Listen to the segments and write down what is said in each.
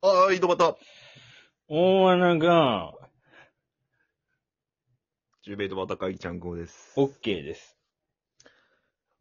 はーい、どうまた。大穴が、 10ベイトバタカイちゃんこです。オッケーです。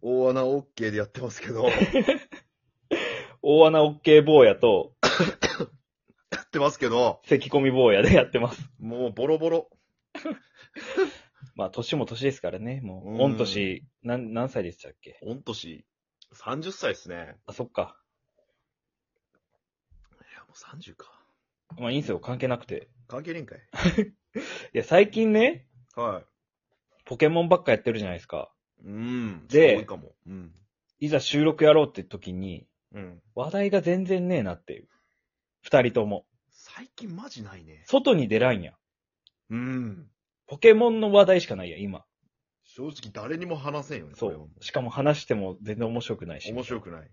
大穴 OK でやってますけ ど、や大穴オッケー坊やと、ってますけど、咳込み坊やで やってます。もうボロボロ。まあ、年も年ですからね。もうんう、御年、なん、何歳でしたっけ御年、30歳ですね。あ、そっか。いや、もう30か。まあ、いいんすよ。関係なくて。関係ねえんかい。いや、最近ね、はポケモンばっかやってるじゃないですか。い。うん。で多いかも。うん。いざ収録やろうって時に、うん。話題が全然ねえなっていう。二人とも。最近マジないね。外に出らんやん。うん。ポケモンの話題しかないやん、今。正直誰にも話せんよね。そこれはう。しかも話しても全然面白くないし。面白くない。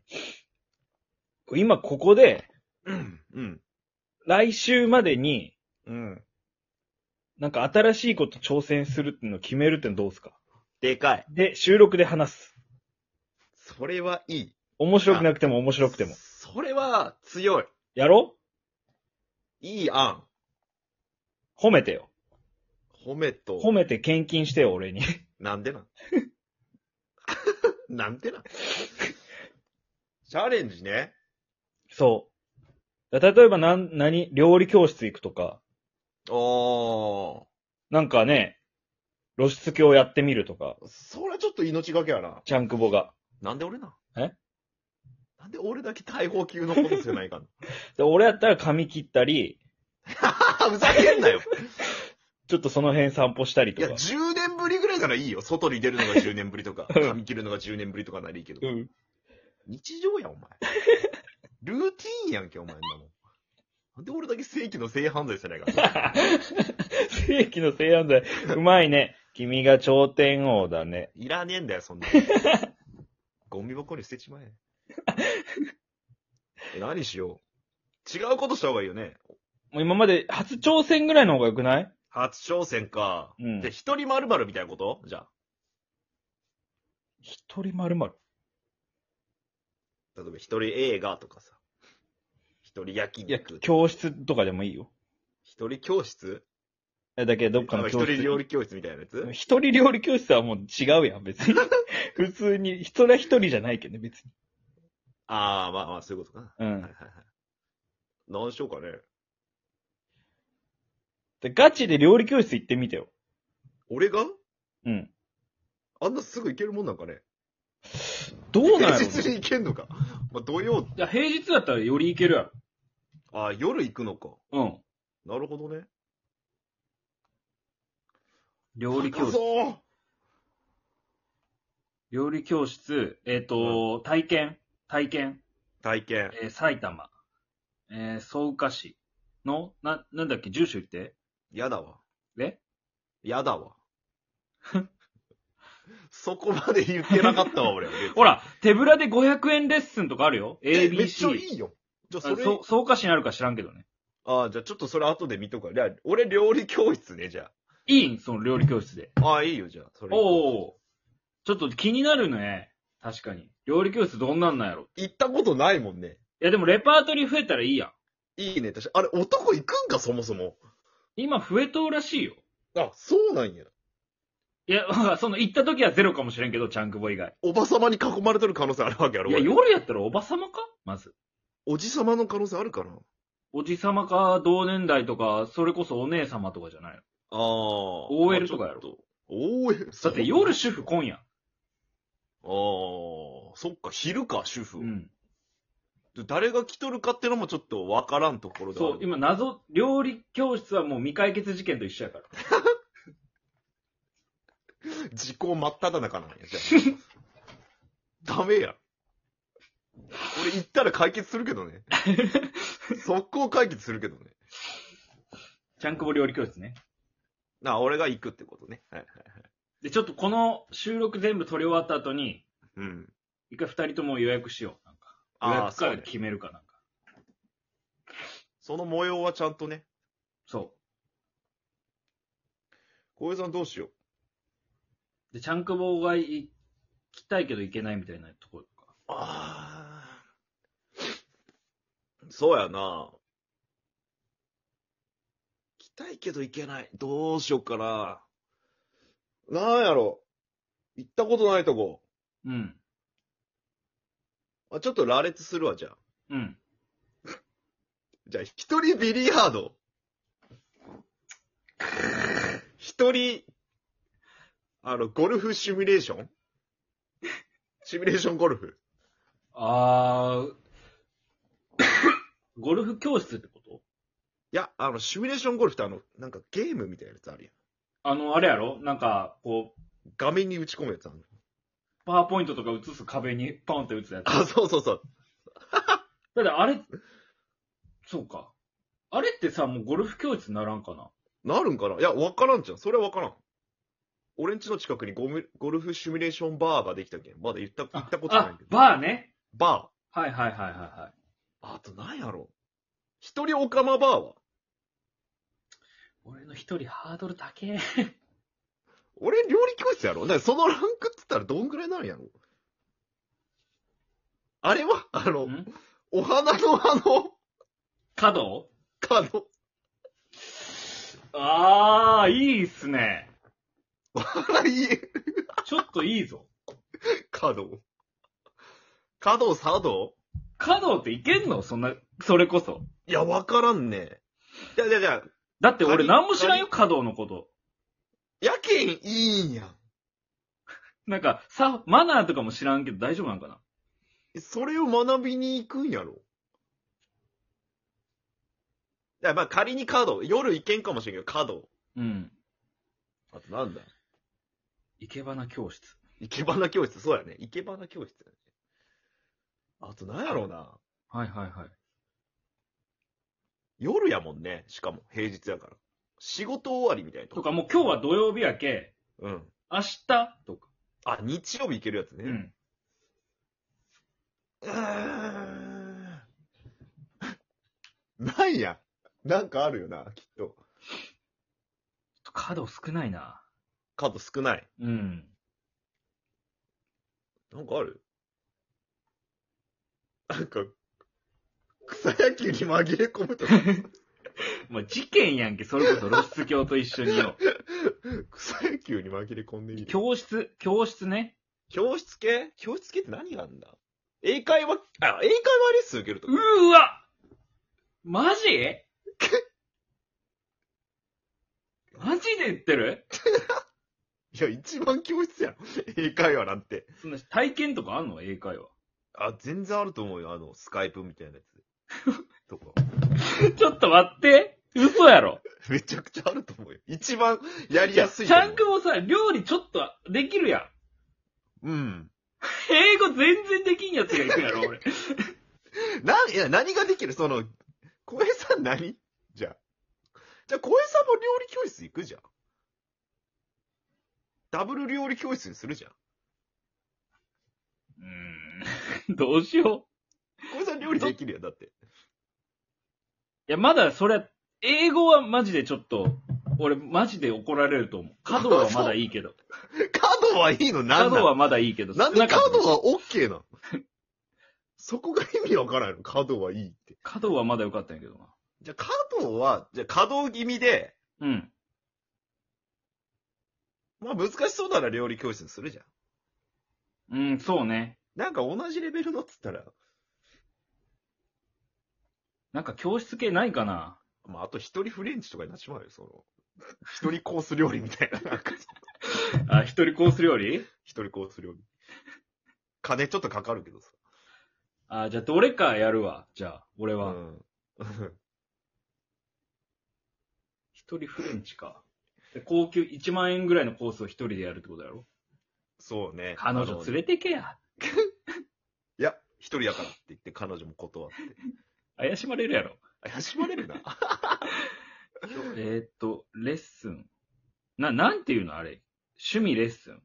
今ここで、うん。うん。来週までに、うん。なんか新しいこと挑戦するっていうのを決めるってのどうですかでかい。で、収録で話す。それはいい。面白くなくても面白くても。それは強い。やろいい案。う褒めてよ。褒めと。褒めて献金してよ、俺 に。なんでなん なんでなんチャレンジね。そう。例えば、なん、何、料理教室行くとか、おー。なんかね、露出鏡やってみるとか、それちょっと命がけやな。ちゃんくぼが。なんで俺なえなんで俺だけ大砲級のことせないかで、俺やったら髪切ったり、 な。ふざけんなよ。ちょっとその辺散歩したりいとや、か。 10年ぶりぐらいならいいよ。外に出るのが10年ぶりとか、うん髪切るのが10年ぶりとかならいいけどう。ん。 日常や、お前。ルーティーンやんけ、お前んなもん。なんで俺だけ正規の性犯罪せないかな。正規の性犯罪。うまいね。君が頂点王だね。いらねえんだよ、そんな。ゴミ箱に捨てちまえ。え何しよう。違うことした方がいいよね。もう今まで初挑戦ぐらいの方が良くない初挑戦か。うんで、一人まるまるみたいなことじゃあ。一人まるまる。例えば一人映画とかさ。一人焼いや肉、。教室とかでもいいよ。一人教室いやだけど、どっかなんかの一教室。人料理教室みたいなやつ一人料理教室はもう違うやん、別 に。普通に、人は一人じゃないけどね、別に。ああ、まあまあ、そういうことかうな。はいん。はいはい。何しようかね。でガチで料理教室行ってみてよ。俺がうん。あんなすぐ行けるもんなんかね。どうなん や平ろ日に行けんのか。まあ、土曜、いや平日だったらより行けるやああ、夜行くのか。ろ。うん。なるほどね。料高そう料理教室、えっ、と、体験、体験、体験。え埼玉、え草加市の、な、なんだっけ、住所言って。やだわ。えやだ わ。そこまで言ってなかったわ、俺。 ほら、手ぶらで500円レッスンとかあるよ。え、めっちゃい ABC。いよ。じゃあ、そあれ、そう、草加市にあるか知らんけどね。ああ、じゃあちょっとそれ後で見とくわ。じゃあ、俺料理教室ね、じゃいいんその料理教室で。あ。ああ、いいよ、じゃあ。それ。おお。ちょっと気になるね。確かに。料理教室どんなんなんやろ。い行ったことないもんね。やでもレパートリー増えたらいいやん。いいね、確かあれ、男行くんか、そもそも。今増えとうらしいよ。あ、そうなんや。いや、 その行った時はゼロかもしれんけど、チャンクボ以外。おばさまに囲まれてる可能性あるわけやろいや、これ夜やったらおばさまかまず。おじさまの可能性あるかなおじさまか、同年代とか、それこそお姉様とかじゃないの。ああ OL とかやろまあちょっと ?OL? だって夜主婦今夜。ああ、そっか、昼か、主婦。うん。で誰が来とるかってのもちょっとわからんところだ。そう、今謎、料理教室はもう未解決事件と一緒やから。時効真っ只中なんや、じゃ あ。ダメや。俺行ったら解決するけど ね。速攻解決するけどね。チャンクボ料理教室ね。なあ、俺が行くってことね。はいはいはい。で、ちょっとこの収録全部撮り終わった後に、うん。一回二人とも予約しよう。なんか予ああ、約そかう、らね。決めるかなんか。その模様はちゃんとね。そ小江さんどうしよう。で、チャンクボが行きたいけど行けないみたいなところとか。う。ああ。そうやな。たいけど行けない。どうしよっかな。なんやろ。行ったことないとこ。うん。あ、ちょっと羅列するわ、じゃあ。うん。じゃあ、一人ビリヤード。一人、あの、ゴルフシミュレーションシミュレーションゴルフ。あー、 ゴルフ教室ってこといや、あの、シミュレーションゴルフってあの、なんかゲームみたいなやつあるやん。あの、あれやろなんか、こう、画面に打ち込むやつある。パワーポイントとか映す壁にポンって打つやつ。だあ、そうそうそう。ってあれ、そうか。あれってさ、もうゴルフ教室ならんかななるんかないや、わからんじゃん。それはわからん。俺ん家の近くにゴムゴルフシミュレーションバーができたけん。まだ言った、行ったことないけど。あ、バーね。バはいはいはいはいはい。ー。あと、なんやろ。一人オカマバーは俺の一人ハードル高え。俺、料理教室やろだからそのランクっつったらどんぐらいなんやろあれはあの、んお花のあの、角角。ああ、いいっすね。お花いいちょっといいぞ。角。角、佐渡角っていけんのそんな、それこそ。いや、わからんね。じゃあじゃあじゃあだって俺何も知らんよ、角のこと。やけんいいんや。なんか、さ、マナーとかも知らんけど大丈夫なんかなんそれを学びに行くんやろいや、まあ仮に角。夜行けんかもしれんけど、角。うん。あとなんだいけばな教室。いけばな教室、そうやね。いけばな教室やね。あと、なんやろうな。はいはいはい。夜やもんね。しかも、平日やから。仕事終わりみたいなととこ。かもう今日は土曜日やけ、うん。明日とか。あ、日曜日行けるやつうね。ん。うーん。ないや。なんかあるよな、きっと。角少ないな。カード少ない。うん。なんかあるなんか、草野球に紛れ込む とか。まあ、事件やんけ、それこそ露出鏡と一緒によ。草野球に紛れ込んでみる。 教室、教室ね。教室系教室系って何があんだ英会話、あ、英会話レッスン受けるとうか。ーわマジ マジで言ってるいや、一番教室やろ。英会話なんて。そんな体験とかあんの英会話。あ、全然あると思うよ。あの、スカイプみたいなや つ。とか。 ちょっと待って嘘やろめちゃくちゃあると思うよ。一番やりちゃやんすいと思う。くもさ、料理ちょっとできるやん。うん。英語全然できんやつが行くや ろ、俺。な、いや、何ができるその、小江さん何じゃあ。じゃあ、小江さんも料理教室行くじゃん。ダブル料理教室にするじゃん。うーん。どうしよ小江さん料理できるやん、だって。う。いや、まだそれ、英語はマジでちょっと、俺マジで怒られると思う。角はまだいいけど。角はいいのなん角なのはまだいいけど。なんで少かった角は OK なのそこが意味わからんの角はいいって。角はまだ良かったんやけどな。じゃあ、角は、じゃあ、稼働気味で、うん。まあ難しそうなら料理教室にするじゃん。うん、そうね。なんか同じレベルのっつったら、なんか教室系ないかなまああと一人フレンチとかになっちまうよ、その。一人コース料理みたいな。なんかあ、一人コース料理一人コース料理。金ちょっとかかるけどさ。あ、じゃあどれかやるわ。じゃあ、俺うは。ん。 一人フレンチか。で高級1万円ぐらいのコースを一人でやるってことやろそうね。彼女連れてけや。いや、一人やからって言って彼女も断 って。怪しまれるやろ。怪しまれるな。えーっと、レッスン。な、なんていうのあれ。趣味レッスン。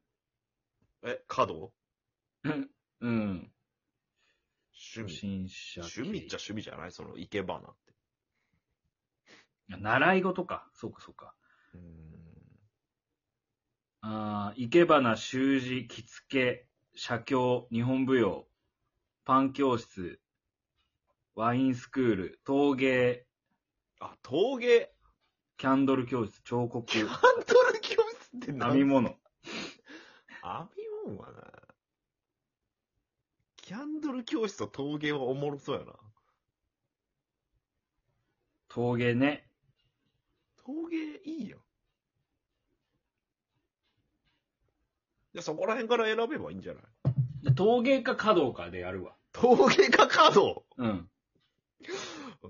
え、角うん。趣味新車。趣味っちゃ趣味じゃないその、いけばなって。習い事か。そうかそうか。うーん。あー、いけばな、習字、着付け、写経、日本舞踊、パン教室、ワインスクール、陶芸、あ、陶芸。キャンドル教室、彫 刻、キャンドル教室って何編み物。編み物はな。キャンドル教室と陶芸はおもろそうやな。陶芸ね。陶芸いいやん。じゃあそこら辺から選べばいいんじゃないで陶芸か華道かでやるわ。陶芸家カードうん。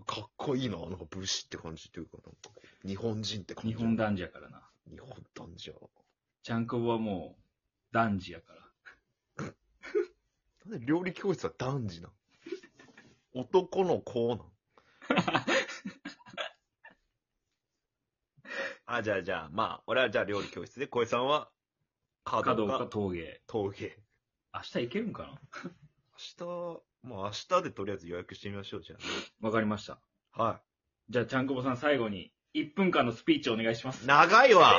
かっこいいな、なんか武士って感じっていうか、なんか、日本人って感じ。日本。男児やからな。日本男じゃ。ちゃんこぼはもう、男児やから。なんで料理教室は男児なん男の子なん あ、じゃあじゃあ、まあ、俺はじゃあ料理教室で、小江さんは、カー華ド道かか陶芸。陶芸。明日行けるんかな明日、まあ明日でとりあえず予約してみましょう、じゃわかりました。あ。はじゃあ、ちゃんこぼさん最後に、1分間のスピーチお願いします。い。長いわ